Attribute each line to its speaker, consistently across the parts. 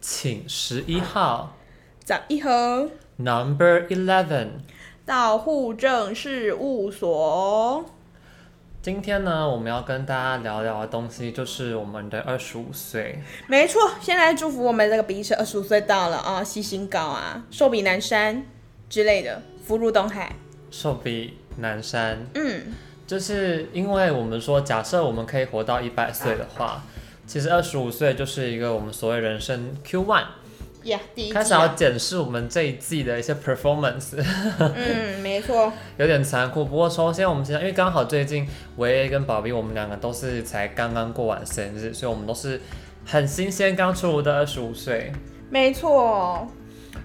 Speaker 1: 请十一号
Speaker 2: 找一盒
Speaker 1: Number Eleven。
Speaker 2: 到户政事务所。
Speaker 1: 今天呢，我们要跟大家聊聊的东西就是我们的二十五岁。
Speaker 2: 没错，先来祝福我们这个鼻屎二十五岁到了啊，吸星高啊，寿比南山之类的，福如东海。
Speaker 1: 寿比南山，
Speaker 2: 嗯，
Speaker 1: 就是因为我们说，假设我们可以活到一百岁的话，其实二十五岁就是一个我们所谓人生 Q one，
Speaker 2: 呀、第一
Speaker 1: 开始
Speaker 2: 季
Speaker 1: 要
Speaker 2: 啊、
Speaker 1: 检视我们这一季的一些 performance，
Speaker 2: 嗯，没错，
Speaker 1: 有点残酷。不过首先我们先，因为刚好最近维 A 跟宝碧我们两个都是才刚刚过完生日，所以我们都是很新鲜刚出炉的二十五岁。
Speaker 2: 没错，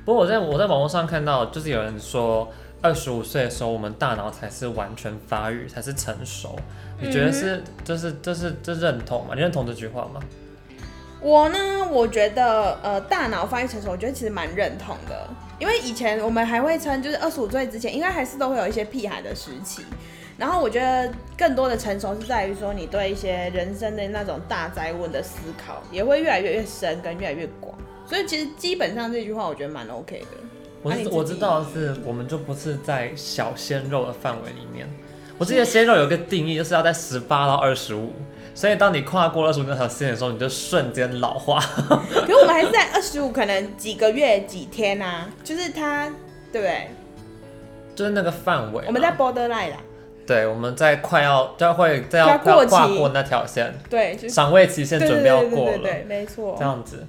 Speaker 1: 不过我在我在网络上看到，就是有人说，二十五岁的时候，我们大脑才是完全发育，才是成熟。你觉得是，这是这是这认同吗？你认同这句话吗？
Speaker 2: 我呢，我觉得呃，大脑发育成熟，我觉得其实蛮认同的，因为以前我们还会称，就是二十五岁之前，应该还是都会有一些屁孩的时期。然后我觉得更多的成熟是在于说，你对一些人生的那种大灾问的思考，也会越来越越深，跟越来越广。所以其实基本上这句话，我觉得蛮 OK 的。
Speaker 1: 我
Speaker 2: 啊
Speaker 1: 是、
Speaker 2: 你自己
Speaker 1: 我知道是，我们就不是在小鲜肉的范围里面。我记得鲜肉有一个定义，就是要在十八到二十五，所以当你跨过二十五那条线的时候，你就瞬间老化。
Speaker 2: 可是我们还是在二十五，可能几个月、几天啊，就是他，对不对？
Speaker 1: 就是那个范围嘛，
Speaker 2: 我们在 borderline 啦，
Speaker 1: 对，我们在快要就会在
Speaker 2: 快
Speaker 1: 要
Speaker 2: 要
Speaker 1: 快
Speaker 2: 过
Speaker 1: 要跨
Speaker 2: 期
Speaker 1: 过那条线，
Speaker 2: 对，就是
Speaker 1: 赏味期限
Speaker 2: 对
Speaker 1: 啊准
Speaker 2: 对
Speaker 1: 备要
Speaker 2: 对对
Speaker 1: 过了。
Speaker 2: 对对，没错
Speaker 1: 这。样子。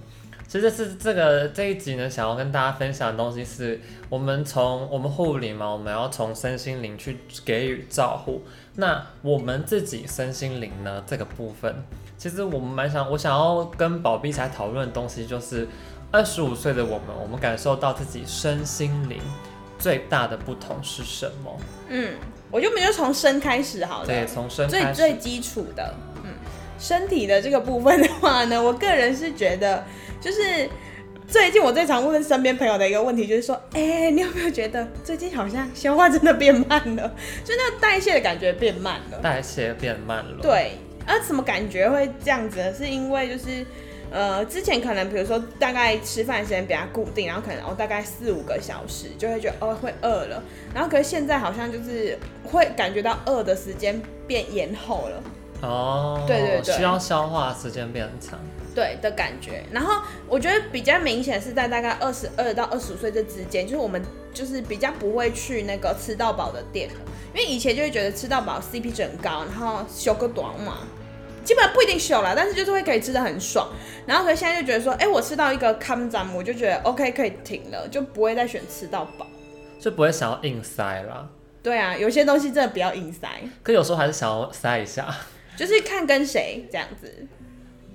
Speaker 1: 其实是这个这一集呢，想要跟大家分享的东西是，我们从我们护理嘛，我们要从身心灵去给予照护。那我们自己身心灵呢这个部分，其实我们蛮想，我想要跟宝碧才讨论的东西就是，二十五岁的我们，我们感受到自己身心灵最大的不同是什么？
Speaker 2: 嗯，我就没有从身开始好了。
Speaker 1: 对，从身
Speaker 2: 最
Speaker 1: 开
Speaker 2: 最
Speaker 1: 始，
Speaker 2: 基础的，嗯，身体的这个部分的话呢， 我个人是觉得，就是最近我最常问身边朋友的一个问题，就是说，哎、你有没有觉得最近好像消化真的变慢了，就那个代谢的感觉变慢了？
Speaker 1: 代谢变慢了。
Speaker 2: 对，啊，什么感觉会这样子呢？是因为就是。呃，之前可能比如说大概吃饭时间比较固定，然后可能哦大概四五个小时就会觉得哦会饿了，然后可是现在好像就是会感觉到饿的时间变延后了，
Speaker 1: 哦，
Speaker 2: 对对对
Speaker 1: 需要消化时间变长。
Speaker 2: 对的感觉。然后我觉得比较明显是在大概二十二到二十岁这之间，就是我们就是比较不会去那个吃到饱的店了，因为以前就会觉得吃到饱 CP 值很高，然后修个短嘛。基本上不一定修啦，但是就是会可以吃的很爽，然后可是现在就觉得说，哎、我吃到一个康展，我就觉得 OK 可以停了，就不会再选吃到饱。
Speaker 1: 就不会想要硬塞啦。
Speaker 2: 对啊，有些东西真的不要硬塞，
Speaker 1: 可有时候还是想要塞一下，
Speaker 2: 就是看跟谁这样子，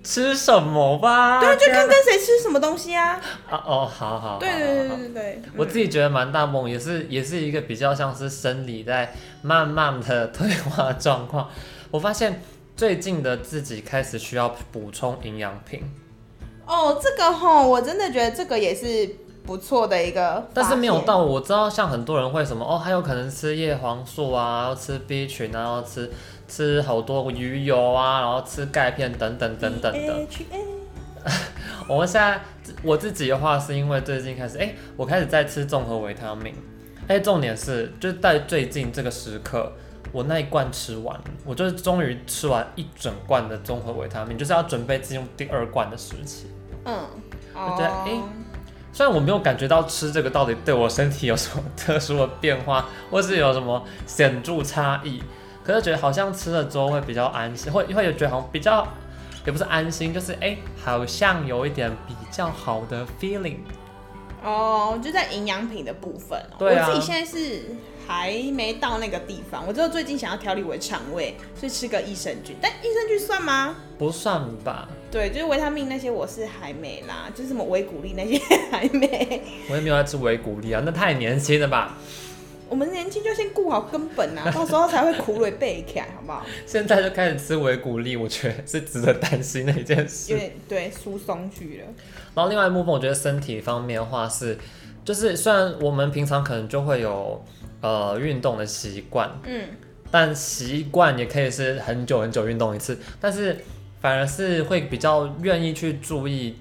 Speaker 1: 吃什么吧？
Speaker 2: 对啊，就
Speaker 1: 天
Speaker 2: 看跟谁吃什么东西啊。
Speaker 1: 啊哦，好好好，
Speaker 2: 对
Speaker 1: 好
Speaker 2: 对
Speaker 1: 好
Speaker 2: 对
Speaker 1: 好
Speaker 2: 对对，
Speaker 1: 我自己觉得蛮大梦，也是也是一个比较像是生理在慢慢的退化状况。 我发现最近的自己开始需要补充营养品，
Speaker 2: 哦，这个吼，我真的觉得这个也是不错的一个，
Speaker 1: 但是没有。到我知道，像很多人会什么哦，还有可能吃叶黄素啊，要吃 B 群啊，要吃吃好多鱼油啊，然后吃钙片等等等等的。我们现在我自己的话，是因为最近开始，哎、我开始在吃综合维他命。哎，重点是，就在最近这个时刻，我那一罐吃完，我就是终于吃完一整罐的综合维他命，就是要准备进入第二罐的时期。
Speaker 2: 嗯，哦，
Speaker 1: 觉得诶虽然我没有感觉到吃这个到底对我身体有什么特殊的变化，或是有什么显著差异，可是觉得好像吃了之后会比较安心，会会有觉得好像比较，也不是安心，就是哎、好像有一点比较好的 feeling。
Speaker 2: 哦，就在营养品的部分、哦。
Speaker 1: 对啊
Speaker 2: 我自己现在是还没到那个地方，我就最近想要调理我的肠胃，所以吃个益生菌。但益生菌算吗？
Speaker 1: 不算吧，
Speaker 2: 对，就是维他命那些我是还没啦，就是什么维骨力那些 还没。
Speaker 1: 我也没有在吃维骨力啊，那太年轻了吧？
Speaker 2: 我们年轻就先顾好根本啊，到时候才会苦累背起来，好不好？
Speaker 1: 现在就开始吃维骨力，我觉得是值得担心的一件
Speaker 2: 有
Speaker 1: 事。
Speaker 2: 点对疏松去了。
Speaker 1: 然后另外一部分，我觉得身体方面的话是，就是虽然我们平常可能就会有呃运动的习惯，
Speaker 2: 嗯，
Speaker 1: 但习惯也可以是很久很久运动一次，但是反而是会比较愿意去注意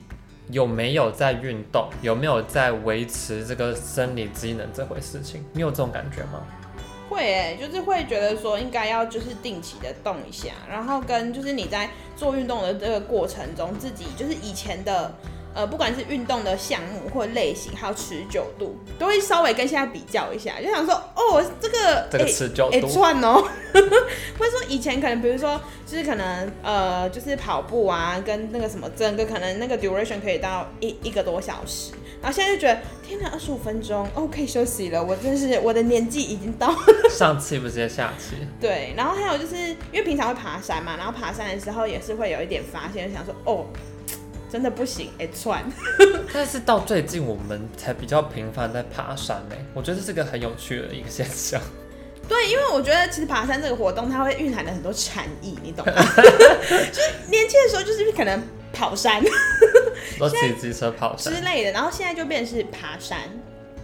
Speaker 1: 有没有在运动，有没有在维持这个生理机能这回事情，你有这种感觉吗？
Speaker 2: 会诶、就是会觉得说应该要就是定期的动一下，然后跟就是你在做运动的这个过程中，自己就是以前的呃，不管是运动的项目或类型，还有持久度，都会稍微跟现在比较一下，就想说哦，这个
Speaker 1: 这个
Speaker 2: 诶
Speaker 1: 持久
Speaker 2: 哎、
Speaker 1: 度，
Speaker 2: 赚哦！ 或者说以前可能，比如说，就是可能呃，就是跑步啊，跟那个什么，整个可能那个 duration 可以到一一个多小时，然后现在就觉得天哪，二十五分钟哦，可以休息了。我真是我的年纪已经到
Speaker 1: 上气不接下气，
Speaker 2: 对。然后还有就是因为平常会爬山嘛，然后爬山的时候也是会有一点发现，就想说哦，真的不行，哎、窜。
Speaker 1: 但是到最近我们才比较频繁在爬山呢、我觉得这是个很有趣的一个现象。
Speaker 2: 对， 因为我觉得其实爬山这个活动，它会蕴含了很多禅意，你懂 吗？就是年轻的时候就是可能跑山。
Speaker 1: 都骑机车跑
Speaker 2: 之
Speaker 1: 山，
Speaker 2: 类的，然后现在就变成是爬山。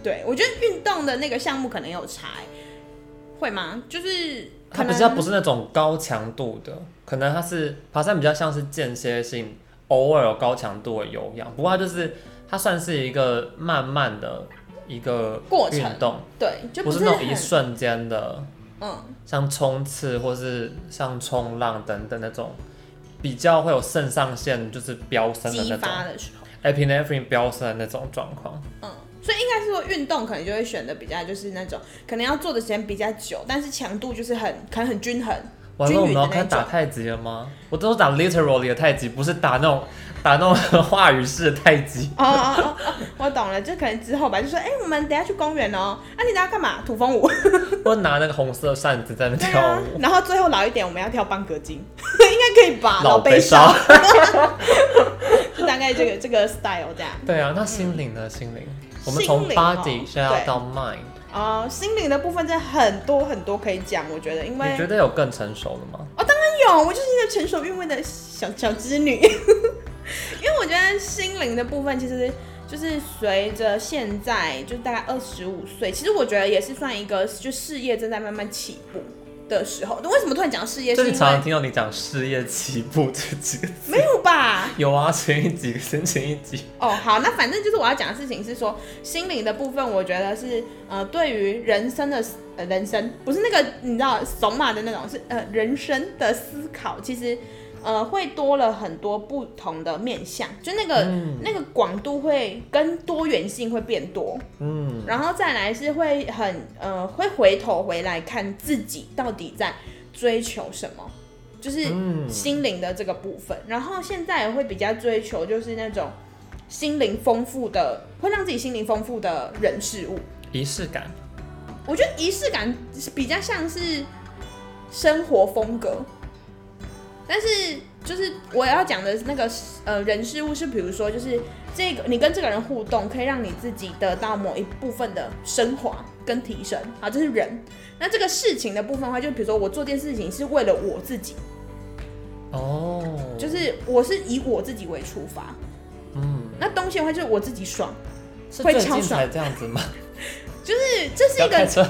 Speaker 2: 对，我觉得运动的那个项目可能有差欸、会吗？就是
Speaker 1: 它
Speaker 2: 可
Speaker 1: 比
Speaker 2: 能
Speaker 1: 较不是那种高强度的，可能它是爬山比较像是间歇性，偶尔有高强度的有氧，不过它就是它算是一个慢慢的一个
Speaker 2: 过程
Speaker 1: 运动，
Speaker 2: 对，就
Speaker 1: 不
Speaker 2: 是
Speaker 1: 是那种
Speaker 2: 很
Speaker 1: 一瞬间的，
Speaker 2: 嗯，
Speaker 1: 像冲刺或是像冲浪等等那种。比较会有肾上腺就是飙升的
Speaker 2: 激
Speaker 1: 那种
Speaker 2: 发的时候，
Speaker 1: ，epinephrine 飙升的那种状况。
Speaker 2: 嗯，所以应该是说运动可能就会选的比较就是那种可能要做的时间比较久，但是强度就是很可能很均衡。
Speaker 1: 完了，我们要
Speaker 2: 均
Speaker 1: 开
Speaker 2: 匀的那
Speaker 1: 始打太极了吗？我都是打 literally 的太极，不是打那种打那种话语式的太极。
Speaker 2: 哦哦哦 哦，我懂了，就可能之后吧，就说哎、我们等一下去公园哦，啊，你等一下干嘛？土风舞。
Speaker 1: 我拿那个红色扇子在那
Speaker 2: 对
Speaker 1: 边跳
Speaker 2: 啊
Speaker 1: 舞，，
Speaker 2: 然后最后老一点，我们要跳邦格金， 应该可以吧？
Speaker 1: 老
Speaker 2: 啊悲
Speaker 1: 悲
Speaker 2: 伤
Speaker 1: 伤，
Speaker 2: 就大概这个这个 style 这样。
Speaker 1: 对啊，那心灵呢？心灵，我们
Speaker 2: 嗯心
Speaker 1: 从
Speaker 2: 灵哦
Speaker 1: body 现在要到 mind，
Speaker 2: 哦、心灵的部分真的很多很多可以讲，我觉得，因
Speaker 1: 你
Speaker 2: 为
Speaker 1: 觉得有更成熟的吗？
Speaker 2: 有，我就是一个成熟韵味的小小织女。 因为我觉得心灵的部分，其实就是随着现在，就大概二十五岁，其实我觉得也是算一个，就事业正在慢慢起步的时候。为什么突然讲事业？
Speaker 1: 就是是
Speaker 2: 因
Speaker 1: 常常
Speaker 2: 为
Speaker 1: 听到你讲事业起步这几个字，
Speaker 2: 没有吧？
Speaker 1: 有啊，前一集跟前一集，
Speaker 2: 哦，好，那反正就是我要讲的事情是说，心灵的部分，我觉得是呃，对于人生的思呃人生，不是那个你知道怂马的那种，是呃人生的思考，其实呃会多了很多不同的面向，就那个、
Speaker 1: 嗯
Speaker 2: 那个广度会跟多元性会变多，
Speaker 1: 嗯，
Speaker 2: 然后再来是会很呃会回头回来看自己到底在追求什么，就是
Speaker 1: 嗯
Speaker 2: 心灵的这个部分。然后现在也会比较追求就是那种心灵丰富的，会让自己心灵丰富的人事物。
Speaker 1: 仪式感，
Speaker 2: 我觉得仪式感是比较像是生活风格，但是就是我要讲的那个呃人事物是，比如说就是这个你跟这个人互动，可以让你自己得到某一部分的升华跟提升。好，这是人。那这个事情的部分的话，就比如说我做这件事情是为了我自己，
Speaker 1: 哦，
Speaker 2: 就是我是以我自己为出发。
Speaker 1: 嗯，
Speaker 2: 那东西的话就是我自己爽，
Speaker 1: 是
Speaker 2: 会
Speaker 1: 最
Speaker 2: 超
Speaker 1: 近
Speaker 2: 爽
Speaker 1: 才这样子吗？
Speaker 2: 是这
Speaker 1: 不
Speaker 2: 是一
Speaker 1: 要
Speaker 2: 个
Speaker 1: 开车，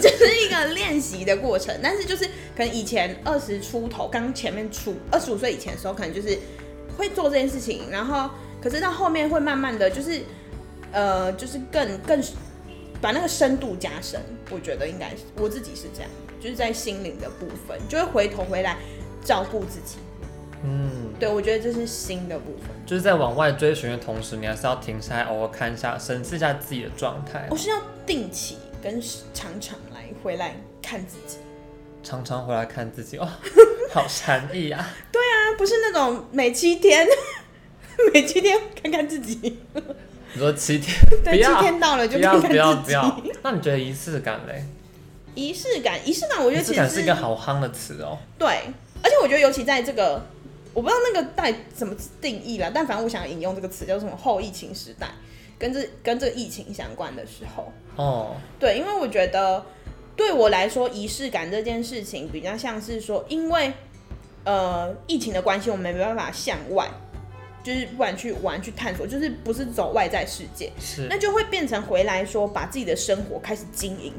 Speaker 2: 这是一个练习的过程，但是就是可能以前二十出头，刚前面出二十五岁以前的时候，可能就是会做这件事情，然后可是到后面会慢慢的就是呃，就是更更把那个深度加深，我觉得应该是我自己是这样，就是在心灵的部分就会回头回来照顾自己，
Speaker 1: 嗯。
Speaker 2: 对我觉得这是心的部分，
Speaker 1: 就是在往外追寻的同时，你还是要停下来，偶尔看一下，审视一下自己的状态
Speaker 2: 我，是要定期跟常常来回来看自己。
Speaker 1: 常常回来看自 己，哦，好禅意啊！
Speaker 2: 不是那种每七天， 每七天看看自己，
Speaker 1: 你说七天，不
Speaker 2: 对，七
Speaker 1: 要，
Speaker 2: 天到了就
Speaker 1: 不
Speaker 2: 看
Speaker 1: 要，不要，
Speaker 2: 看
Speaker 1: 不
Speaker 2: 自己。
Speaker 1: 要。那你觉得仪式感嘞？
Speaker 2: 仪式感，仪式感，我觉
Speaker 1: 仪
Speaker 2: 得
Speaker 1: 式
Speaker 2: 其
Speaker 1: 感
Speaker 2: 实
Speaker 1: 是一个好夯的词哦。
Speaker 2: 对，而且我觉得尤其在这个，我不知道那个带怎么定义啦，但反正我想引用这个词叫什么后疫情时代，跟这跟这个疫情相关的时候，
Speaker 1: 哦，
Speaker 2: 对，因为我觉得对我来说，仪式感这件事情比较像是说，因为呃疫情的关系，我们没办法向外，就是不管去玩去探索，就是不是走外在世界，
Speaker 1: 是
Speaker 2: 那就会变成回来说，把自己的生活开始经营，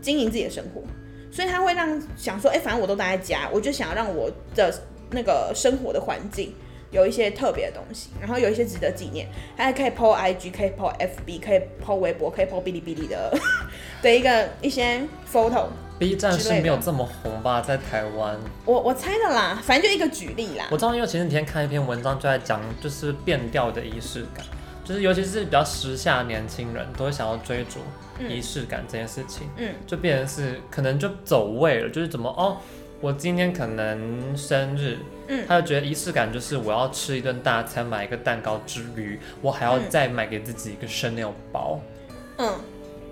Speaker 2: 经营自己的生活，所以他会让想说，哎、反正我都待在家，我就想要让我的那个生活的环境有一些特别的东西，然后有一些值得纪念，还可以 PO IG，可以 PO FB，可以 PO 微博，可以 PO 哔哩哔哩的 的一个一些 photo。
Speaker 1: B 站
Speaker 2: 之
Speaker 1: 是
Speaker 2: 类的
Speaker 1: 没有这么红吧，在台湾。
Speaker 2: 我我猜的啦，反正就一个举例啦。
Speaker 1: 我知道，因为前几天看一篇文章，就在讲就是变调的仪式感，就是尤其是比较时下年轻人都会想要追逐仪式感这件事情，
Speaker 2: 嗯，
Speaker 1: 就变成是可能就走位了，就是怎么哦，我今天可能生日，
Speaker 2: 嗯
Speaker 1: 他就觉得仪式感就是我要吃一顿大餐，买一个蛋糕之余，我还要
Speaker 2: 嗯
Speaker 1: 再买给自己一个 Chanel 包，
Speaker 2: 嗯，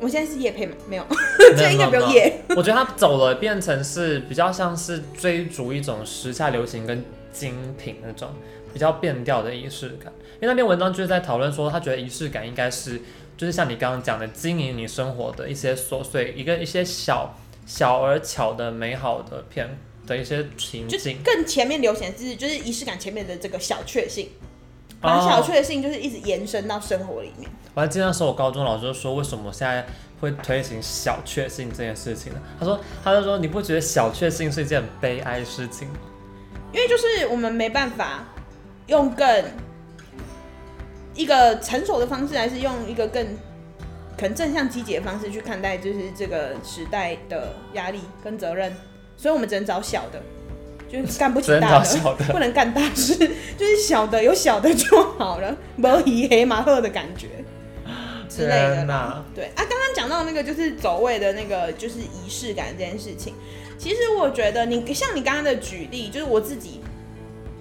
Speaker 2: 我现在是夜配吗？没有，
Speaker 1: 没
Speaker 2: 这
Speaker 1: 有
Speaker 2: 应该不
Speaker 1: 没有
Speaker 2: 用
Speaker 1: 没有
Speaker 2: 夜。
Speaker 1: 我觉得他走了，变成是比较像是追逐一种时下流行跟精品那种比较变调的仪式感。因为那篇文章就是在讨论说，他觉得仪式感应该是就是像你刚刚讲的，经营你生活的一些琐碎，一个一些小小而巧的美好的片的一些情
Speaker 2: 就是
Speaker 1: 景。
Speaker 2: 更前面流行的是就是仪式感前面的这个小确幸，
Speaker 1: 啊
Speaker 2: 把
Speaker 1: 哦
Speaker 2: 小确幸就是一直延伸到生活里面。
Speaker 1: 我还记得那时候我高中老师就说，为什么我现在会推行小确幸这件事情呢？他说，他就说你不觉得小确幸是一件很悲哀的事情吗？
Speaker 2: 因为就是我们没办法用更一个成熟的方式，还是用一个更可能正向积极的方式去看待，就是这个时代的压力跟责任，所以我们只能找小的，就是干不起
Speaker 1: 只能
Speaker 2: 大
Speaker 1: 找
Speaker 2: 的，
Speaker 1: 小的。
Speaker 2: 不能干大事， 就是小的有小的就好了，没以黑马赫的感觉之类的
Speaker 1: 天
Speaker 2: 啦
Speaker 1: 哪。
Speaker 2: 对啊，刚刚讲到那个就是走位的那个就是仪式感这件事情，其实我觉得你像你刚刚的举例，就是我自己，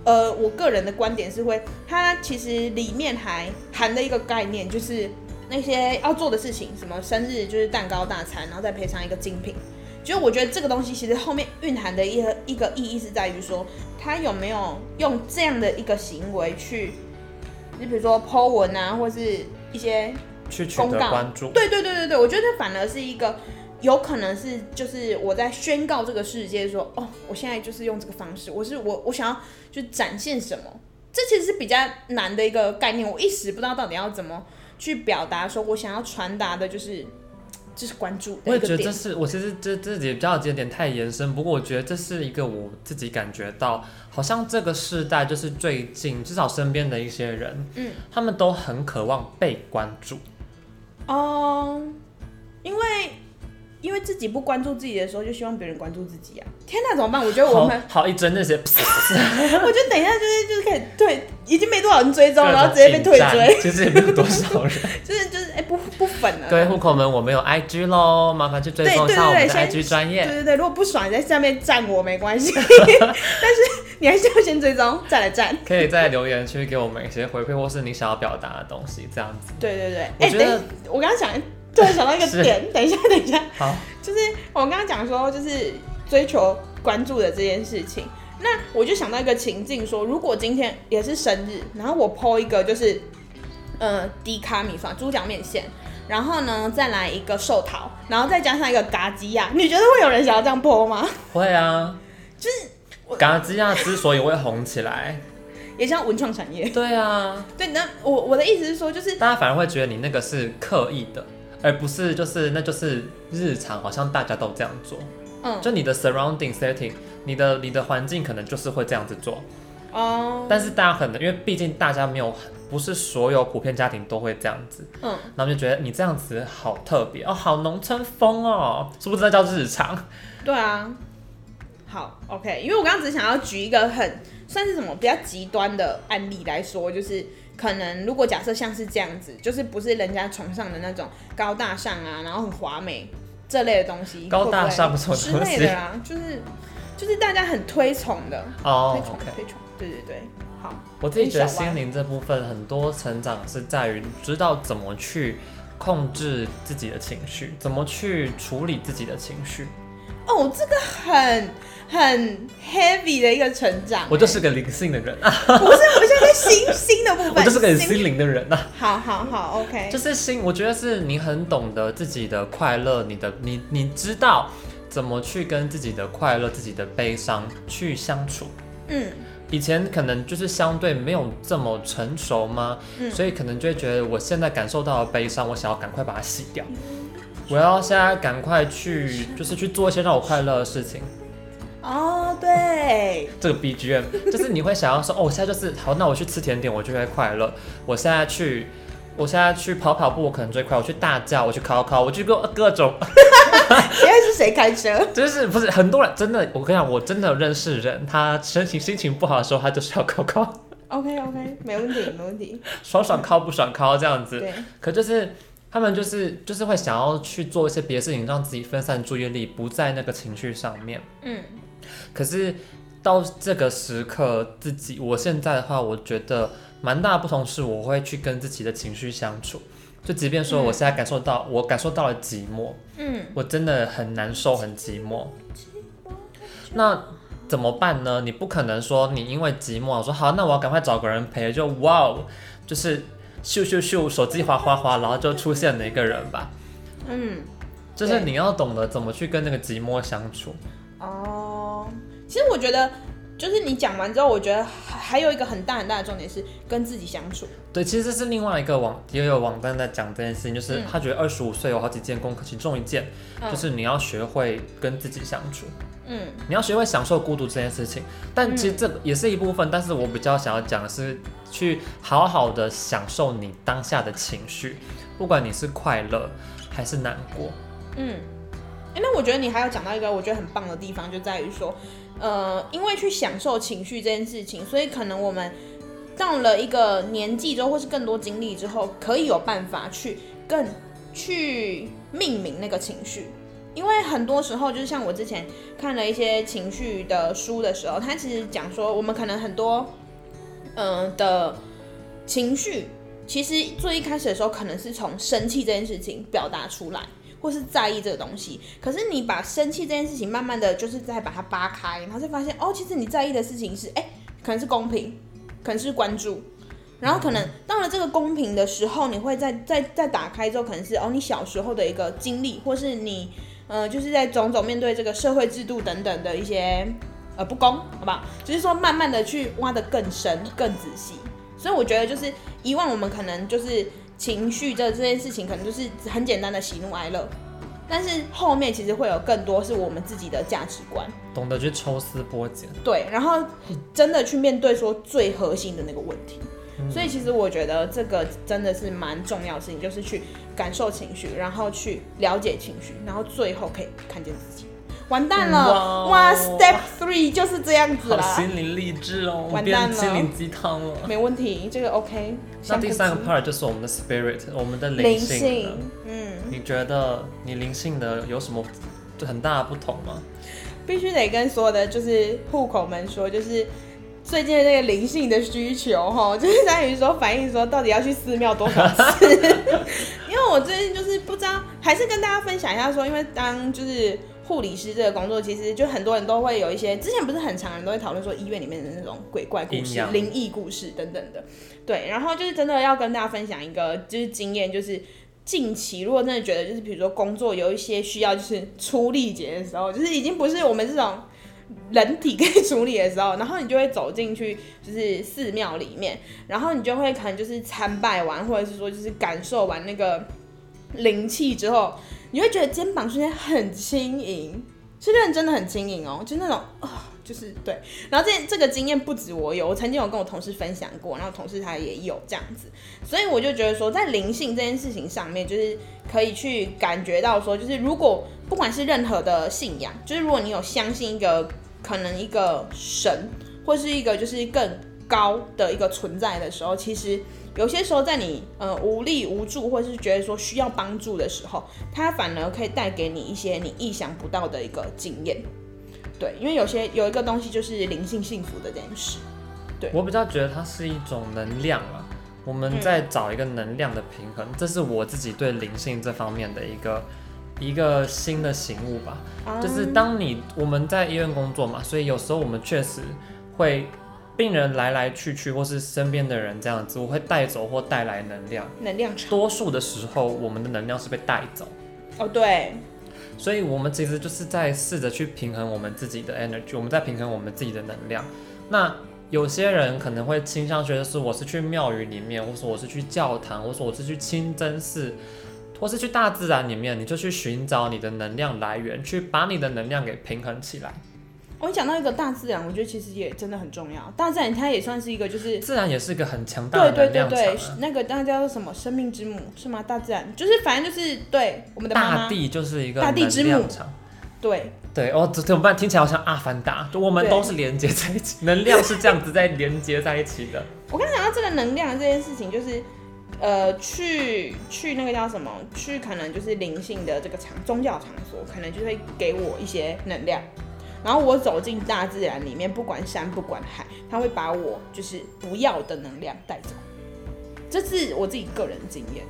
Speaker 2: 呃，我个人的观点是会，它其实里面还含了一个概念，就是那些要做的事情，什么生日就是蛋糕大餐，然后再配上一个精品。就我觉得这个东西其实后面蕴含的一个一个意义是在于说，他有没有用这样的一个行为去，你比如说 Po 文啊，或是一些
Speaker 1: 去取
Speaker 2: 公
Speaker 1: 得
Speaker 2: 告
Speaker 1: 关注。
Speaker 2: 对对对对对，我觉得反而是一个有可能是就是我在宣告这个世界说，哦，我现在就是用这个方式，我是我我想要就展现什么，这其实是比较难的一个概念，我一时不知道到底要怎么去表达，说我想要传达的就是就是关注
Speaker 1: 我
Speaker 2: 的一
Speaker 1: 也觉
Speaker 2: 个
Speaker 1: 得这
Speaker 2: 点，
Speaker 1: 是我其实这这也比较有点太延伸，不过我觉得这是一个我自己感觉到，好像这个世代就是最近至少身边的一些人，
Speaker 2: 嗯，
Speaker 1: 他们都很渴望被关注。
Speaker 2: 哦，因为。因为自己不关注自己的时候，就希望别人关注自己啊！天哪，怎么办？我觉得我
Speaker 1: 好
Speaker 2: 们，
Speaker 1: 好一针那 些，
Speaker 2: 我觉得等一下就是就是可以退，已经没多少人追踪，
Speaker 1: 各种
Speaker 2: 然后直接被退
Speaker 1: 引战
Speaker 2: 追。，
Speaker 1: 其实也没有多少人。
Speaker 2: 就是就是哎、不不粉了。
Speaker 1: 各位户口们，我们有 IG 喽，麻烦去追踪一下我
Speaker 2: 对对对
Speaker 1: 们的
Speaker 2: 对先
Speaker 1: IG 专
Speaker 2: 对
Speaker 1: 业。
Speaker 2: 对对，如果不爽，你在下面赞我没 关系，但是你还是要先追踪，再来赞。
Speaker 1: 可以在留言区给我们一些回馈，或是你想要表达的东西，这样子。
Speaker 2: 对对对，哎、
Speaker 1: 我觉得
Speaker 2: 等一我刚刚想，突然想到一个
Speaker 1: 是
Speaker 2: 点，等一下等一下，
Speaker 1: 好，
Speaker 2: 就是我刚刚讲说，就是追求关注的这件事情。那我就想到一个情境说如果今天也是生日，然后我 PO 一个就是，呃，低卡米饭、猪脚面线，然后呢再来一个寿桃，然后再加上一个嘎吉亚，你觉得会有人想要这样 PO 吗？
Speaker 1: 会啊，就是嘎吉亚之所以会红起来，
Speaker 2: 也像文创产业。
Speaker 1: 对啊，
Speaker 2: 对，那我我的意思是说，就是
Speaker 1: 大家反而会觉得你那个是刻意的，而不是就是那就是日常，好像大家都这样做。
Speaker 2: 嗯
Speaker 1: 就你的 surrounding setting，你的你的环境可能就是会这样子做，
Speaker 2: 哦，
Speaker 1: 但是大家可能因为毕竟大家没有，不是所有普遍家庭都会这样子，
Speaker 2: 嗯，
Speaker 1: 然后就觉得你这样子好特别哦，好农村风哦，是不是那叫日常？
Speaker 2: 对啊，好，OK，因为我刚刚只想要举一个很算是什么比较极端的案例来说，就是可能如果假设像是这样子，就是不是人家崇尚的那种高大上啊，然后很华美这类的东西，
Speaker 1: 高大上
Speaker 2: 会不会
Speaker 1: 什么东西
Speaker 2: 之类的啊，就是就是大家很推崇的，
Speaker 1: 哦
Speaker 2: 推、崇
Speaker 1: o k
Speaker 2: 推崇，对对对，好，
Speaker 1: 我自己觉得心灵这部分很多成长是在于知道怎么去控制自己的情绪，怎么去处理自己的情绪。
Speaker 2: 哦，这个很很 heavy 的一个成长，欸
Speaker 1: 我就是个灵性的人啊，
Speaker 2: 不是，我现在在 心心的部分，
Speaker 1: 我就是个很
Speaker 2: 心
Speaker 1: 心灵的人啊，
Speaker 2: 好好好，OK，
Speaker 1: 就是心，我觉得是你很懂得自己的快乐，你的你你知道怎么去跟自己的快乐、自己的悲伤去相处。
Speaker 2: 嗯
Speaker 1: 以前可能就是相对没有这么成熟吗？
Speaker 2: 嗯
Speaker 1: 所以可能就会觉得我现在感受到的悲伤，我想要赶快把它洗掉，我要现在赶快去，就是去做一些让我快乐的事情。
Speaker 2: 哦，对，
Speaker 1: 这个 BGM，就是你会想要说，哦，我现在就是好，那我去吃甜点，我就会快乐。我现在去，我现在去跑跑步，我可能最快。我去大叫，我去考考，我去各各种，
Speaker 2: 现在是谁开车？
Speaker 1: 就是不是很多人真的，我跟你讲，我真的有认识人，他身情心情不好的时候，他就是要考考，
Speaker 2: OK OK，没问题，没问题。
Speaker 1: 爽爽考不爽考这样子。
Speaker 2: 对，
Speaker 1: 可就是他们就是就是会想要去做一些别的事情，让自己分散注意力，不在那个情绪上面。
Speaker 2: 嗯，
Speaker 1: 可是到这个时刻，自己我现在的话，我觉得蛮大的不同是，我会去跟自己的情绪相处。就即便说
Speaker 2: 嗯
Speaker 1: 我现在感受到，我感受到了寂寞，
Speaker 2: 嗯，
Speaker 1: 我真的很难受，很寂寞。那怎么办呢？你不可能说你因为寂寞，说好，那我要赶快找个人陪，就哇哦，就是咻咻咻，手机哗哗哗，然后就出现了一个人吧。
Speaker 2: 嗯，
Speaker 1: 就是
Speaker 2: 对
Speaker 1: 你要懂得怎么去跟那个寂寞相处。
Speaker 2: 哦，其实我觉得，就是你讲完之后，我觉得还还有一个很大很大的重点是跟自己相处。
Speaker 1: 对，其实这是另外一个网也有网站在讲这件事情，就是
Speaker 2: 嗯
Speaker 1: 他觉得二十五岁有好几件功课，其中一件
Speaker 2: 嗯
Speaker 1: 就是你要学会跟自己相处，
Speaker 2: 嗯
Speaker 1: 你要学会享受孤独这件事情。但其实这也是一部分，但是我比较想要讲的是，去好好的享受你当下的情绪，不管你是快乐还是难过。
Speaker 2: 嗯、诶那我觉得你还有讲到一个我觉得很棒的地方，就在于说，呃，因为去享受情绪这件事情，所以可能我们到了一个年纪之后，或是更多经历之后，可以有办法去更去命名那个情绪。因为很多时候，就是像我之前看了一些情绪的书的时候，它其实讲说，我们可能很多，嗯、的情绪，其实最一开始的时候，可能是从生气这件事情表达出来，或是在意这个东西。可是你把生气这件事情，慢慢的就是再把它扒开，然后就发现，哦，其实你在意的事情是，哎、可能是公平，可能是关注。然后可能到了这个公平的时候，你会再再再打开之后，可能是哦你小时候的一个经历，或是你呃就是在种种面对这个社会制度等等的一些呃不公，好不好？就是说慢慢的去挖得更深、更仔细。所以我觉得就是以往我们可能就是情绪的这件事情，可能就是很简单的喜怒哀乐，但是后面其实会有更多是我们自己的价值观，
Speaker 1: 懂得去抽丝剥茧，
Speaker 2: 对，然后真的去面对说最核心的那个问题。
Speaker 1: 嗯
Speaker 2: 所以其实我觉得这个真的是蛮重要的事情，就是去感受情绪，然后去了解情绪，然后最后可以看见自己。完蛋
Speaker 1: 哇
Speaker 2: 了，哇
Speaker 1: 哦
Speaker 2: ！Step three 就是这样子
Speaker 1: 好
Speaker 2: 啦，
Speaker 1: 心灵励志哦，我
Speaker 2: 完
Speaker 1: 变
Speaker 2: 蛋
Speaker 1: 成心
Speaker 2: 了
Speaker 1: 灵鸡汤 了。
Speaker 2: 没问题，这个 OK。
Speaker 1: 那第三
Speaker 2: 相
Speaker 1: 个
Speaker 2: 不
Speaker 1: part 就是我们的 spirit，我们的
Speaker 2: 知灵
Speaker 1: 性了。
Speaker 2: 性，嗯。
Speaker 1: 你觉得你灵性的有什么很大的不同吗？
Speaker 2: 必须得跟所有的就是户口们说，就是最近的那个灵性的需求哈， 就是在于说反映说到底要去寺庙多少次， 因为我最近就是不知道，还是跟大家分享一下说，因为当就是。护理师这个工作，其实就很多人都会有一些，之前不是很常人都会讨论说医院里面的那种鬼怪故
Speaker 1: 阴
Speaker 2: 事、
Speaker 1: 阳
Speaker 2: 灵异故事等等的，对。然后就是真的要跟大家分享一个就是经验，就是近期如果真的觉得就是比如说工作有一些需要就是出力竭的时候，就是已经不是我们这种人体可以处理的时候，然后你就会走进去就是寺庙里面，然后你就会可能就是参拜完，或者是说就是感受完那个灵气之后，你会觉得肩膀瞬间很轻盈，是认真的很轻盈哦，就那种啊、就是对。然后这这个经验不止我有，我曾经有跟我同事分享过，然后同事他也有这样子，所以我就觉得说，在灵性这件事情上面，就是可以去感觉到说，就是如果不管是任何的信仰，就是如果你有相信一个可能一个神，或是一个就是更高的一个存在的时候，其实有些时候在你呃无力无助，或是觉得说需要帮助的时候，它反而可以带给你一些你意想不到的一个经验。对，因为有些有一个东西就是灵性幸福的这件事。对
Speaker 1: 我比较觉得它是一种能量啊，我们在找一个能量的平衡，这是我自己对灵性这方面的一个一个新的醒悟吧。就是当你我们在医院工作嘛，所以有时候我们确实会病人来来去去，或是身边的人这样子，我会带走或带来能量。
Speaker 2: 能量场
Speaker 1: 多数的时候，我们的能量是被带走。
Speaker 2: 哦，对，
Speaker 1: 所以我们其实就是在试着去平衡我们自己的 energy，我们在平衡我们自己的能量。那有些人可能会倾向觉得是我是去庙宇里面，或是我是去教堂，或是我是去清真寺，或是去大自然里面，你就去寻找你的能量来源，去把你的能量给平衡起来。
Speaker 2: 哦，你讲到一个大自然，我觉得其实也真的很重要。大自然它也算是一个，就是
Speaker 1: 自然也是一个很强大
Speaker 2: 对
Speaker 1: 的
Speaker 2: 对
Speaker 1: 能
Speaker 2: 对
Speaker 1: 量场、啊。
Speaker 2: 对，那个那叫做什么生命之母是吗？大自然就是反正就是对我们的妈
Speaker 1: 大
Speaker 2: 妈，
Speaker 1: 地就是一个
Speaker 2: 大地
Speaker 1: 能
Speaker 2: 之母
Speaker 1: 量场。
Speaker 2: 对
Speaker 1: 对哦，怎怎么办？听起来好像阿凡达，就我们
Speaker 2: 对
Speaker 1: 都是连接在一起，能量是这样子在连接在一起的。
Speaker 2: 我刚才讲到这个能量这件事情，就是呃，去去那个叫什么，去可能就是灵性的这个场宗教场所，可能就会给我一些能量。然后我走进大自然里面，不管山不管海，它会把我就是不要的能量带走。这是我自己个人经验。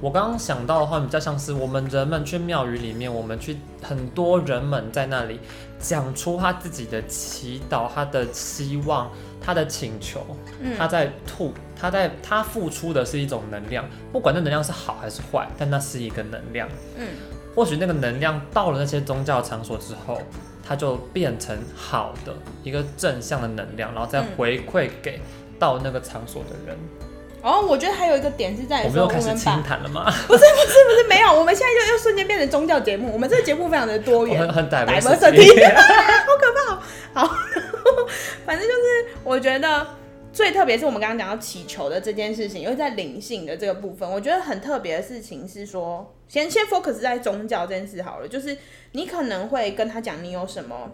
Speaker 1: 我刚刚想到的话，比较像是我们人们去庙宇里面，我们去很多人们在那里讲出他自己的祈祷、他的希望、他的请求，
Speaker 2: 嗯
Speaker 1: 他在吐，他在他付出的是一种能量，不管那能量是好还是坏，但那是一个能量。
Speaker 2: 嗯，
Speaker 1: 或许那个能量到了那些宗教场所之后，它就变成好的一个正向的能量，然后再
Speaker 2: 嗯
Speaker 1: 回馈给到那个场所的人。
Speaker 2: 然后哦我觉得还有一个点是在
Speaker 1: 我
Speaker 2: 于
Speaker 1: 们
Speaker 2: 说，
Speaker 1: 又
Speaker 2: 我
Speaker 1: 开始
Speaker 2: 们
Speaker 1: 清
Speaker 2: 把
Speaker 1: 谈了吗？
Speaker 2: 不是没有，我们现在就又瞬间变成宗教节目。我们这个节目非常的多
Speaker 1: 我
Speaker 2: 元
Speaker 1: 很，很
Speaker 2: diversity，好可怕、哦。好，反正就是我觉得最特别是我们刚刚讲到祈求的这件事情，因为在灵性的这个部分，我觉得很特别的事情是说，先先 focus 在宗教这件事好了，就是你可能会跟他讲你有什么。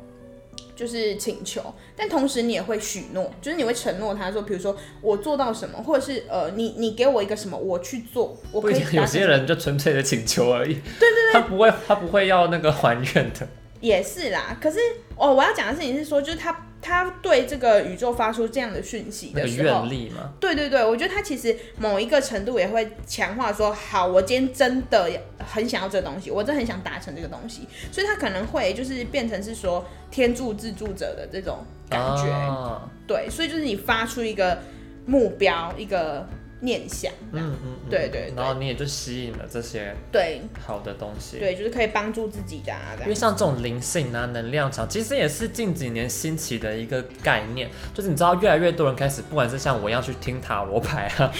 Speaker 2: 就是请求，但同时你也会许诺，就是你会承诺他说，比如说我做到什么，或者是呃，你你给我一个什么，我去做，我
Speaker 1: 不
Speaker 2: 可
Speaker 1: 一
Speaker 2: 以
Speaker 1: 定
Speaker 2: 达，成
Speaker 1: 有些人就纯粹的请求而已。对对对，他不会，他不会要那个还愿的。
Speaker 2: 也是啦，可是哦，我要讲的事情是说，就是他他对这个宇宙发出这样的讯息
Speaker 1: 那
Speaker 2: 的
Speaker 1: 个
Speaker 2: 时候
Speaker 1: 愿，力嘛，
Speaker 2: 对对对，我觉得他其实某一个程度也会强化说，好，我今天真的很想要这个东西，我真的很想达成这个东西，所以他可能会就是变成是说天助自助者的这种感觉，
Speaker 1: 啊、
Speaker 2: 对，所以就是你发出一个目标，一个念想，
Speaker 1: 嗯嗯，嗯
Speaker 2: 对对对
Speaker 1: 然后你也就吸引了这些
Speaker 2: 对
Speaker 1: 好的东西。
Speaker 2: 对，就是可以帮助自己的、啊，这
Speaker 1: 因为
Speaker 2: 样
Speaker 1: 像这种灵性啊、能量场，其实也是近几年兴起的一个概念。就是你知道，越来越多人开始，不管是像我一样去听塔罗牌 啊，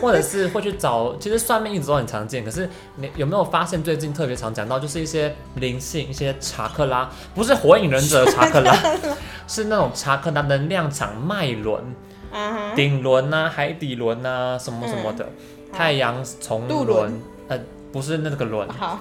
Speaker 1: 或者是会去找，其实算命一直都很常见。可是你有没有发现，最近特别常讲到，就是一些灵性、一些查克拉，不是火影忍者的查克 拉，是那种查克拉能量场脉轮、
Speaker 2: 啊哈，
Speaker 1: 顶轮呐、海底轮呐、什么什么的，
Speaker 2: 好
Speaker 1: 太阳从
Speaker 2: 渡
Speaker 1: 轮
Speaker 2: 轮，
Speaker 1: 呃，不是那个轮，
Speaker 2: 好，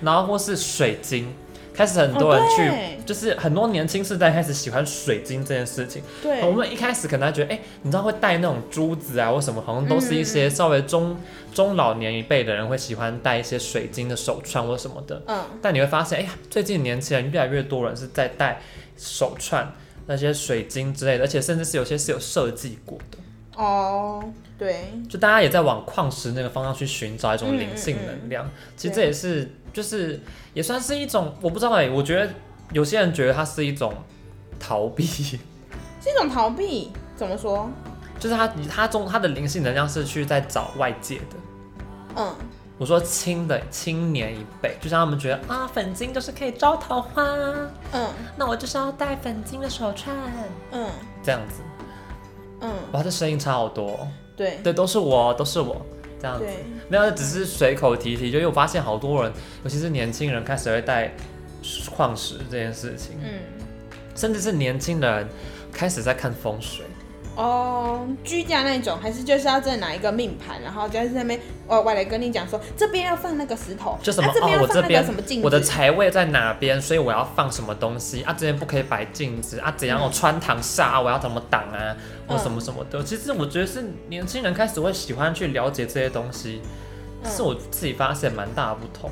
Speaker 1: 然后或是水晶，开始很多人去，
Speaker 2: 哦对
Speaker 1: 就是很多年轻世代开始喜欢水晶这件事情。
Speaker 2: 对，
Speaker 1: 我们一开始可能还觉得，哎、你知道会戴那种珠子啊或什么，好像都是一
Speaker 2: 嗯
Speaker 1: 些稍微中、中老年一辈的人会喜欢戴一些水晶的手串或什么的。
Speaker 2: 嗯。
Speaker 1: 但你会发现，哎、呀，最近年轻人越来越多人是在戴手串。那些水晶之类的，而且甚至是有些是有设计过的，
Speaker 2: 哦，对，
Speaker 1: 就大家也在往矿石那个方向去寻找一种灵性能量。其实这也是就是也算是一种，我不知道哎、我觉得有些人觉得它是一种逃避，
Speaker 2: 是一种逃避。怎么说？
Speaker 1: 就是他他中他的灵性能量是去在找外界的。
Speaker 2: 嗯，
Speaker 1: 我说青的青年一辈，就像他们觉得啊，粉晶就是可以招桃花，
Speaker 2: 嗯
Speaker 1: 那我就是要戴粉晶的手串，
Speaker 2: 嗯
Speaker 1: 这样子。
Speaker 2: 嗯，
Speaker 1: 哇，这声音差好多哦、
Speaker 2: 对
Speaker 1: 对，都是我，都是我，这样子。
Speaker 2: 对，
Speaker 1: 没有，只是随口提提，就因为我发现好多人，尤其是年轻人开始会戴矿石这件事情，
Speaker 2: 嗯
Speaker 1: 甚至是年轻人开始在看风水。
Speaker 2: 哦，居家那种，还是就是要再拿一个命盘，然后就在那边，我我来跟你讲说，这边要放那个石头，
Speaker 1: 就什么、
Speaker 2: 啊、这边
Speaker 1: 哦，
Speaker 2: 要
Speaker 1: 我
Speaker 2: 放
Speaker 1: 这
Speaker 2: 那
Speaker 1: 边
Speaker 2: 个什么镜子，
Speaker 1: 我的财位在哪边，所以我要放什么东西啊？这边不可以摆镜子啊？怎样？我穿堂煞，我要怎么挡啊？或
Speaker 2: 嗯
Speaker 1: 什么什么的。其实我觉得是年轻人开始会喜欢去了解这些东西，
Speaker 2: 嗯
Speaker 1: 是我自己发现蛮大的不同。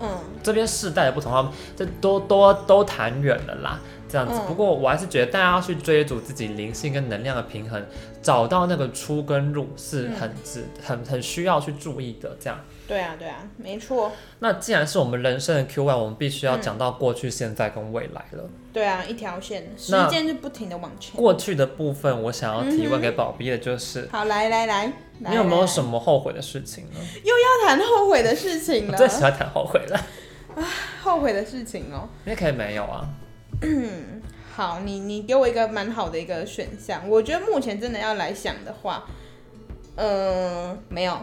Speaker 2: 嗯
Speaker 1: 这边世代的不同，他们这都都都谈远了啦。这样子，
Speaker 2: 嗯
Speaker 1: 不过我还是觉得大家要去追逐自己灵性跟能量的平衡，找到那个出跟入
Speaker 2: 嗯
Speaker 1: 是很值、很很需要去注意的。这样，
Speaker 2: 对啊对啊，没错，
Speaker 1: 那既然是我们人生的 Q one，我们必须要
Speaker 2: 嗯
Speaker 1: 讲到过去、现在跟未来了。
Speaker 2: 对啊，一条线，时
Speaker 1: 那
Speaker 2: 间就不停的往前。
Speaker 1: 过去的部分，我想要提问给宝碧的就是，
Speaker 2: 好，来来来，来
Speaker 1: 你有没有
Speaker 2: 来
Speaker 1: 什么后悔的事情呢？
Speaker 2: 要谈后悔的事情
Speaker 1: 我
Speaker 2: 了？
Speaker 1: 最喜欢谈后悔了，
Speaker 2: 后悔的事情哦、
Speaker 1: 你也可以没有啊。
Speaker 2: 好，你你给我一个蛮好的一个选项，我觉得目前真的要来想的话，呃，没有，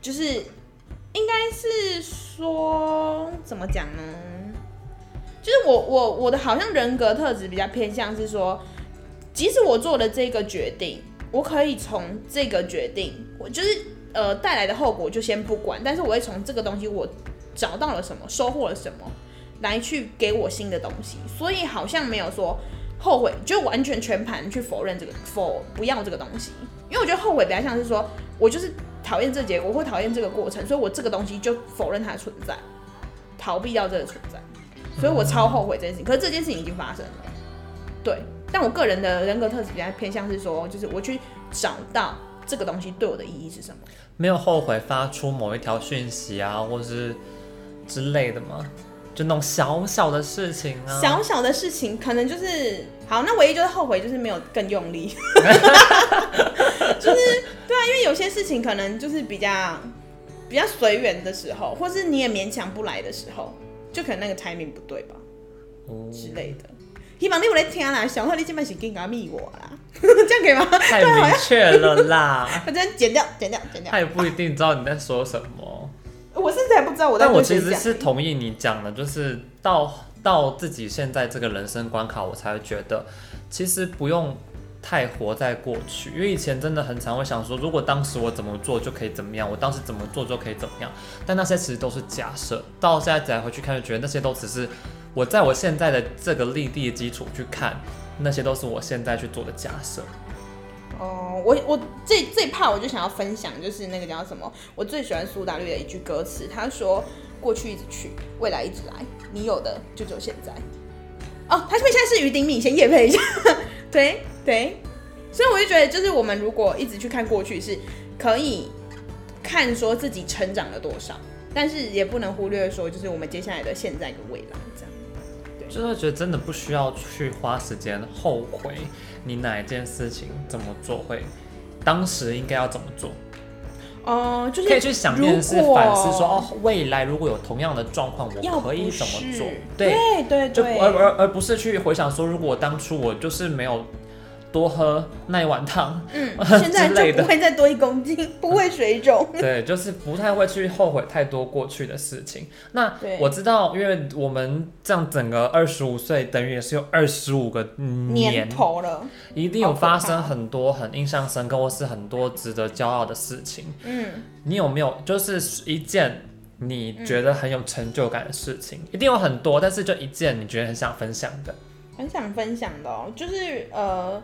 Speaker 2: 就是应该是说怎么讲呢？就是我我我的好像人格特质比较偏向是说，即使我做了这个决定，我可以从这个决定，我就是呃带来的后果就先不管，但是我会从这个东西我找到了什么，收获了什么，来去给我新的东西，所以好像没有说后悔，就完全全盘去否认这个否不要这个东西，嗯因为我觉得后悔比较像是说我就是讨厌这结果或讨厌这个过程，所以我这个东西就否认它的存在，逃避掉这个存在。所以我超后悔这件事情。可是这件事情已经发生了，对。但我个人的人格特质比较偏向是说，就是我去找到这个东西对我的意义是什么。
Speaker 1: 没有后悔发出某一条讯息啊，或是之类的吗？就那种小小的事情啊，
Speaker 2: 小小的事情可能就是好，那唯一就是后悔就是没有更 用力，就是对啊，因为有些事情可能就是比较比较随缘的时候，或是你也勉强不来的时候，就可能那个 timing 不对吧。
Speaker 1: 嗯
Speaker 2: 之类的。希望你有在听啦，想到你这摆是更加密我啦， 这样可以吗？
Speaker 1: 太明确了 啦，
Speaker 2: 我真剪掉，剪掉，剪掉
Speaker 1: 他。也不一定知道你在说什么。
Speaker 2: 我甚至还不知道我在
Speaker 1: 但我
Speaker 2: 对
Speaker 1: 其
Speaker 2: 谁
Speaker 1: 实
Speaker 2: 讲。
Speaker 1: 是同意你讲的，就是到到自己现在这个人生关卡，我才会觉得其实不用太活在过去，因为以前真的很常会想说，如果当时我怎么做就可以怎么样，我当时怎么做就可以怎么样，但那些其实都是假设，到现在再回去看，就觉得那些都只是我在我现在的这个立地基础去看，那些都是我现在去做的假设。
Speaker 2: 哦，我我最最怕我就想要分享，就是那个叫什么，我最喜欢苏打绿的一句歌词，他说：“过去一直去，未来一直来，你有的就只有现在。”哦，他们现在是于丁敏，先夜配一下， 对对，所以我就觉得，就是我们如果一直去看过去，是可以看说自己成长了多少，但是也不能忽略说，就是我们接下来的现在跟未来这样。
Speaker 1: 就是觉得真的不需要去花时间后悔你哪一件事情怎么做会，当时应该要怎么做，
Speaker 2: 哦，就是
Speaker 1: 可以去想面试
Speaker 2: 如果
Speaker 1: 反思说哦，未来如果有同样的状况，
Speaker 2: 要
Speaker 1: 我可以
Speaker 2: 不
Speaker 1: 怎么
Speaker 2: 是
Speaker 1: 做？
Speaker 2: 对
Speaker 1: 对，
Speaker 2: 对
Speaker 1: 就
Speaker 2: 对，
Speaker 1: 而而而不是去回想说，如果当初我就是没有多喝那一碗汤，
Speaker 2: 嗯，现在
Speaker 1: 之类
Speaker 2: 就
Speaker 1: 的
Speaker 2: 不会再多一公斤，不会水肿。
Speaker 1: 对，就是不太会去后悔太多过去的事情。那
Speaker 2: 对
Speaker 1: 我知道，因为我们这样整个二十五岁，等于也是有二十五个
Speaker 2: 年头了，
Speaker 1: 一定有发生
Speaker 2: 哦好可怕
Speaker 1: 很多很印象深刻，或是很多值得骄傲的事情。
Speaker 2: 嗯，
Speaker 1: 你有没有就是一件你觉得很有成就感的事情？一定有很多，但是就一件你觉得很想分享的。
Speaker 2: 很想分享的哦，就是呃，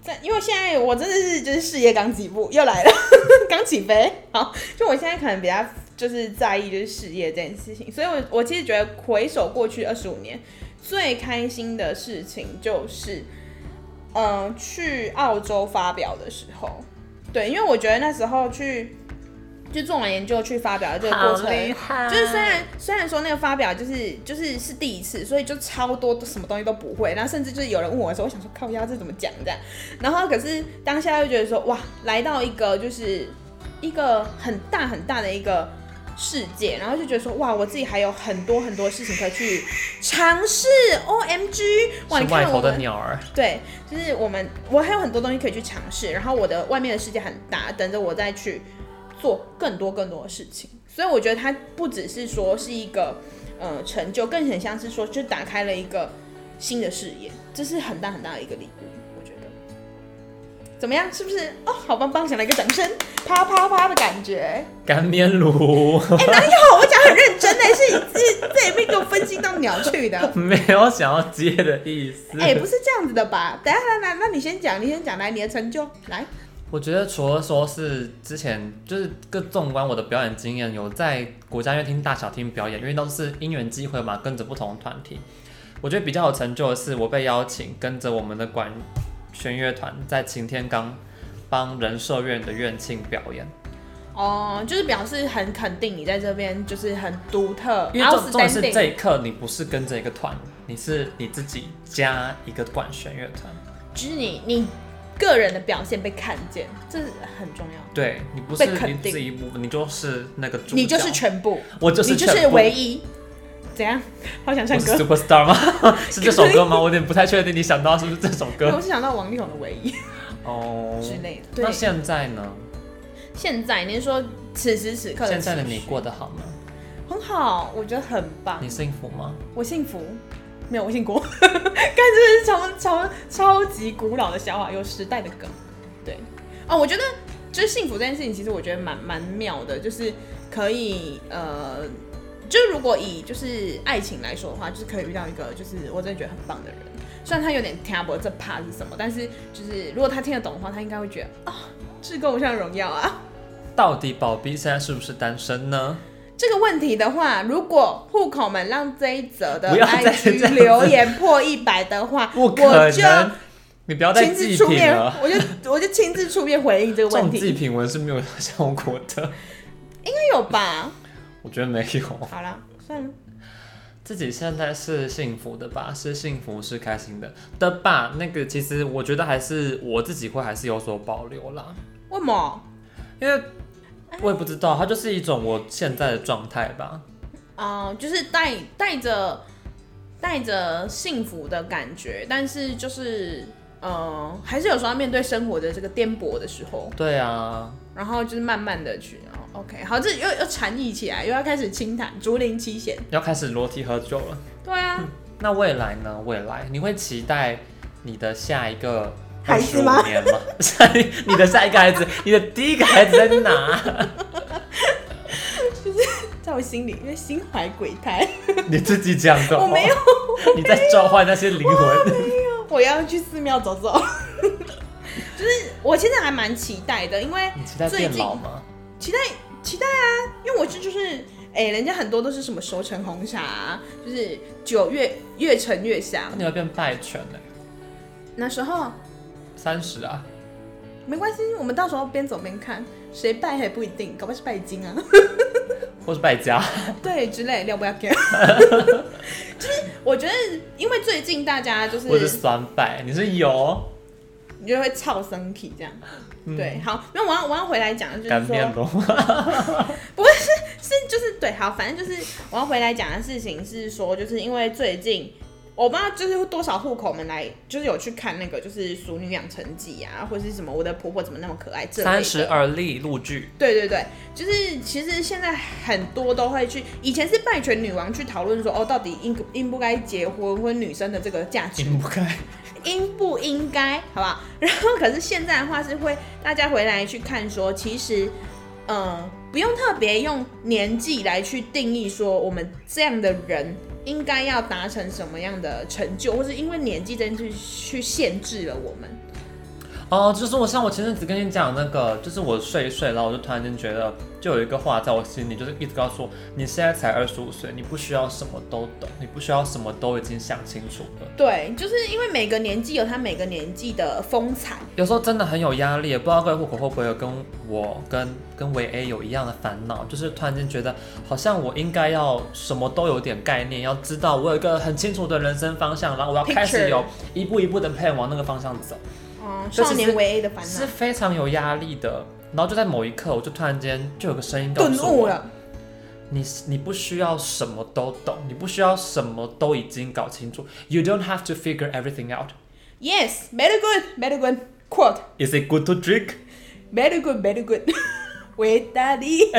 Speaker 2: 在因为现在我真的是就是事业刚起步，又来了， 刚起飞。好，就我现在可能比较就是在意就是事业这件事情，所以我我其实觉得回首过去二十五年，最开心的事情就是，嗯、去澳洲发表的时候，对，因为我觉得那时候去就做完研究去发表的这个过程，
Speaker 1: 害
Speaker 2: 就是虽然虽然说那个发表就是就是是第一次，所以就超多什么东西都不会，然后甚至就是有人问我的时候，我想说靠腰这怎么讲这样，然后可是当下又觉得说哇，来到一个就是一个很大很大的一个世界，然后就觉得说哇，我自己还有很多很多事情可以去尝试，O M G，哇，你
Speaker 1: 是外
Speaker 2: 看我
Speaker 1: 头的
Speaker 2: 们
Speaker 1: 鸟儿，
Speaker 2: 对，就是我们我还有很多东西可以去尝试，然后我的外面的世界很大，等着我再去做更多更多的事情。所以我觉得它不只是说是一个呃成就，更很像是说就打开了一个新的视野，这是很大很大的一个礼物，我觉得。怎么样？是不是哦？好棒棒！想来一个掌声，啪啪啪的感觉。
Speaker 1: 干面炉，
Speaker 2: 哎、哪有？我讲很认真的，欸是你自己自己被给我分析到鸟去 的。
Speaker 1: 没有想要接的意思。
Speaker 2: 哎哎、不是这样子的吧？等一下，来来，那你先讲，你先讲，来你的成就，来。
Speaker 1: 我觉得除了说是之前就是各纵观我的表演经验，有在国家音乐厅、大小厅表演，因为都是因缘机会嘛，跟着不同团体。我觉得比较有成就的是，我被邀请跟着我们的管弦乐团在擎天岗帮人社院的院庆表演，
Speaker 2: 哦，就是表示很肯定你在这边就是很独特，
Speaker 1: 因为重重点是
Speaker 2: outstanding
Speaker 1: 这一刻你不是跟着一个团，你是你自己加一个管弦乐团。
Speaker 2: 就是你你个人的表现被看见，这是很重要。
Speaker 1: 对你不是
Speaker 2: 被肯
Speaker 1: 你
Speaker 2: 定
Speaker 1: 自己一部分，你就是那个主角，
Speaker 2: 你就是全部，
Speaker 1: 我就是
Speaker 2: 你就是
Speaker 1: 全部
Speaker 2: 唯一。怎样？ 好想唱
Speaker 1: 我是
Speaker 2: 歌。
Speaker 1: Superstar 吗？ 是这首歌吗？我有点不太确定，你想到是不是这首歌
Speaker 2: 我？是想到王力宏的唯一
Speaker 1: 哦，
Speaker 2: 之类的。
Speaker 1: 那
Speaker 2: 对，
Speaker 1: 现在呢？
Speaker 2: 现在你是说此时此刻
Speaker 1: 现在的
Speaker 2: 情
Speaker 1: 你
Speaker 2: 绪
Speaker 1: 过得好吗？
Speaker 2: 很好，我觉得很棒
Speaker 1: 你，幸福吗？
Speaker 2: 我幸福，没有，我姓郭。 看，这是超超超级古老的笑话，有时代的梗。对，哦，我觉得就是幸福这件事情，其实我觉得蛮蛮妙的，就是可以呃，就如果以就是爱情来说的话，就是可以遇到一个就是我真的觉得很棒的人。虽然他有点听不懂这 part 是什么，但是就是如果他听得懂的话，他应该会觉得啊，至高无上的荣耀啊。
Speaker 1: 到底宝碧现在是不是单身呢？
Speaker 2: 这个问题的话，如果户口们让这一则的
Speaker 1: 不要再这样
Speaker 2: IG
Speaker 1: 子
Speaker 2: 留言破一百的话，
Speaker 1: 不
Speaker 2: 我
Speaker 1: 可
Speaker 2: 就
Speaker 1: 能，你不要再
Speaker 2: 亲自
Speaker 1: 祭
Speaker 2: 出
Speaker 1: 品
Speaker 2: 面
Speaker 1: 了。，
Speaker 2: 我就我就亲自出面回应这个
Speaker 1: 这
Speaker 2: 问
Speaker 1: 种
Speaker 2: 题，
Speaker 1: 祭
Speaker 2: 应
Speaker 1: 品文是没有效果的，
Speaker 2: 该有吧？
Speaker 1: 我觉得没有。
Speaker 2: 好啦，算了，
Speaker 1: 自己现在是幸福的吧？是幸福，是开心的的吧？那个其实我觉得还是我自己会还是有所保留啦，
Speaker 2: 为什么？
Speaker 1: 因为我也不知道，它就是一种我现在的状态吧。
Speaker 2: 啊、就是带带着带着幸福的感觉，但是就是呃，还是有时候要面对生活的这个颠簸的时候，
Speaker 1: 对啊，
Speaker 2: 然后就是慢慢的去，然后 OK，好，这又又禅意起来，又要开始清谈竹林七贤，
Speaker 1: 要开始裸体喝酒了。
Speaker 2: 对啊，
Speaker 1: 那未来呢？未来你会期待你的下一个
Speaker 2: 孩子吗
Speaker 1: 25年吗？ 下一你的下一个孩子， 你的第一个孩子在哪？
Speaker 2: 在我心里，因为心怀鬼胎，
Speaker 1: 你自己讲的、哦
Speaker 2: 我没有，
Speaker 1: 你在召唤那些灵魂。
Speaker 2: 我要去寺庙走走。 就是我现在还蛮期待的，因为
Speaker 1: 你期待变老吗？
Speaker 2: 期待期待啊，因为我是就是，哎、人家很多都是什么熟成红茶、啊，就是酒越越陈越香
Speaker 1: 那。你会变败犬呢、
Speaker 2: 那时候
Speaker 1: 三十啊，
Speaker 2: 没关系，我们到时候边走边看，谁拜还不一定，搞不好是拜金啊，
Speaker 1: 或是败家，
Speaker 2: 对之类，要不要 care？就是我觉得，因为最近大家就是
Speaker 1: 或是酸败，你是有
Speaker 2: 你就会操生体这样，
Speaker 1: 嗯
Speaker 2: 对，好，那我要我要回来讲，就是
Speaker 1: 干
Speaker 2: 说
Speaker 1: 面龙，
Speaker 2: 是就是对，好，反正就是我要回来讲的事情是说，就是因为最近我不知道就是多少户口们来，就是有去看那个就是《熟女养成记》啊，或是什么我的婆婆怎么那么可爱这类
Speaker 1: 三十
Speaker 2: 的。
Speaker 1: 而立录剧，
Speaker 2: 对对对，就是其实现在很多都会去，以前是拜权女王去讨论说，哦，到底应不应不该结婚，或女生的这个价值
Speaker 1: 应不该。
Speaker 2: 应不应该，好不好？然后可是现在的话是会大家回来去看说，其实，呃，不用特别用年纪来去定义说我们这样的人应该要达成什么样的成就，或是因为年纪真去去限制了我们。
Speaker 1: 哦，就是我像我前阵子跟你讲那个，就是我睡一睡，然后我就突然间觉得，就有一个话在我心里，就是一直告诉我，你现在才二十五岁，你不需要什么都懂，你不需要什么都已经想清楚了。
Speaker 2: 对，就是因为每个年纪有他每个年纪的风采。
Speaker 1: 有时候真的很有压力，也不知道各位户口会不会有跟我跟跟维 A 有一样的烦恼，就是突然间觉得好像我应该要什么都有点概念，要知道我有一个很清楚的人生方向，然后我要开始
Speaker 2: Picture
Speaker 1: 有一步一步的 plan 往那个方向走。
Speaker 2: 嗯，
Speaker 1: 这其
Speaker 2: 少
Speaker 1: 实
Speaker 2: 年为 A 的烦恼
Speaker 1: 是，非常有压力的。然后就在某一刻，我就突然间就有个声音告
Speaker 2: 顿
Speaker 1: 诉
Speaker 2: 悟
Speaker 1: 我，
Speaker 2: 了。
Speaker 1: 你你不需要什么都懂，你不需要什么都已经搞清楚，You don't have to figure everything out.
Speaker 2: Yes, very good, very good. Quote.
Speaker 1: Is it good to drink？
Speaker 2: Very good, very good. 维达利， 意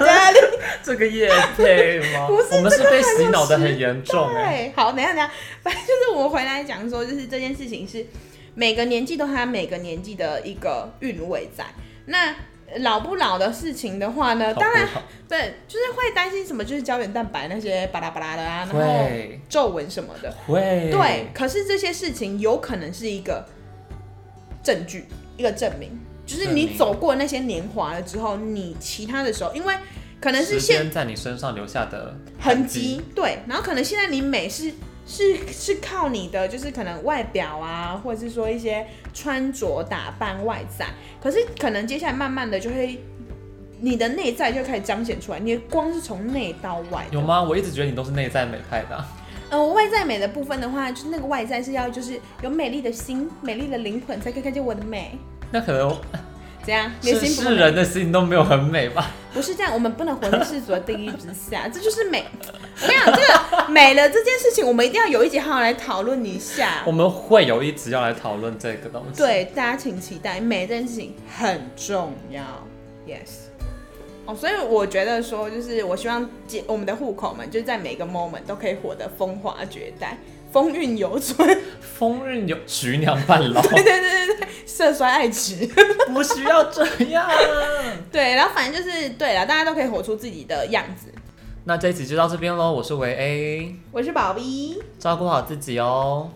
Speaker 2: 大利。
Speaker 1: 这个夜配 吗？
Speaker 2: 不是
Speaker 1: 我们
Speaker 2: 这
Speaker 1: 是
Speaker 2: 个
Speaker 1: 被
Speaker 2: 很
Speaker 1: 洗
Speaker 2: 有
Speaker 1: 脑的很
Speaker 2: 时
Speaker 1: 严重哎、
Speaker 2: 对，好，等一下等一下，反正就是我们回来讲说，就是这件事情是每个年纪都有它每个年纪的一个韵味在。那老不老的事情的话呢，
Speaker 1: 好
Speaker 2: 当然
Speaker 1: 哎不好
Speaker 2: 对，就是会担心什么，就是胶原蛋白那些巴拉巴拉的啊，然后
Speaker 1: 会
Speaker 2: 皱纹什么的。
Speaker 1: 会
Speaker 2: 对，可是这些事情有可能是一个证据，一个证明，就是
Speaker 1: 证
Speaker 2: 你
Speaker 1: 明
Speaker 2: 走过那些年华了之后，你其他的时候，因为可能是
Speaker 1: 时
Speaker 2: 现
Speaker 1: 间在你身上留下的
Speaker 2: 痕迹，对，然后可能现在你美是是是靠你的，就是可能外表啊，或者是说一些穿着打扮外在，可是可能接下来慢慢的就会，你的内在就开始彰显出来，你的光是从内到外的
Speaker 1: 有吗？我一直觉得你都是内在美派的啊、
Speaker 2: 呃，我外在美的部分的话，就是那个外在是要就是有美丽的心、美丽的灵魂才可以看见我的美，
Speaker 1: 那可能
Speaker 2: 怎样？你
Speaker 1: 是
Speaker 2: 的心不
Speaker 1: 是
Speaker 2: 够美
Speaker 1: 人的心都没有很美吧？
Speaker 2: 不是这样，我们不能活在世俗的定义之下，这就是美。 我跟你讲，这个美了这件事情，我们一定要有一节好好来讨论一下
Speaker 1: 我。们会有一直要来讨论这个东西。
Speaker 2: 对，大家请期待，美这件事情很重要。Yes，哦，所以我觉得说，就是我希望姐我们的户口们，就是在每个 moment 都可以活得风华绝代、风韵犹存。
Speaker 1: 风韵有徐娘半老，
Speaker 2: 对对对对对，色衰爱弛。
Speaker 1: 不需要这样。
Speaker 2: 对，然后反正就是对了，大家都可以活出自己的样子。
Speaker 1: 那这一集就到这边喽，我是维 A，
Speaker 2: 我是宝 B，
Speaker 1: 照顾好自己哦。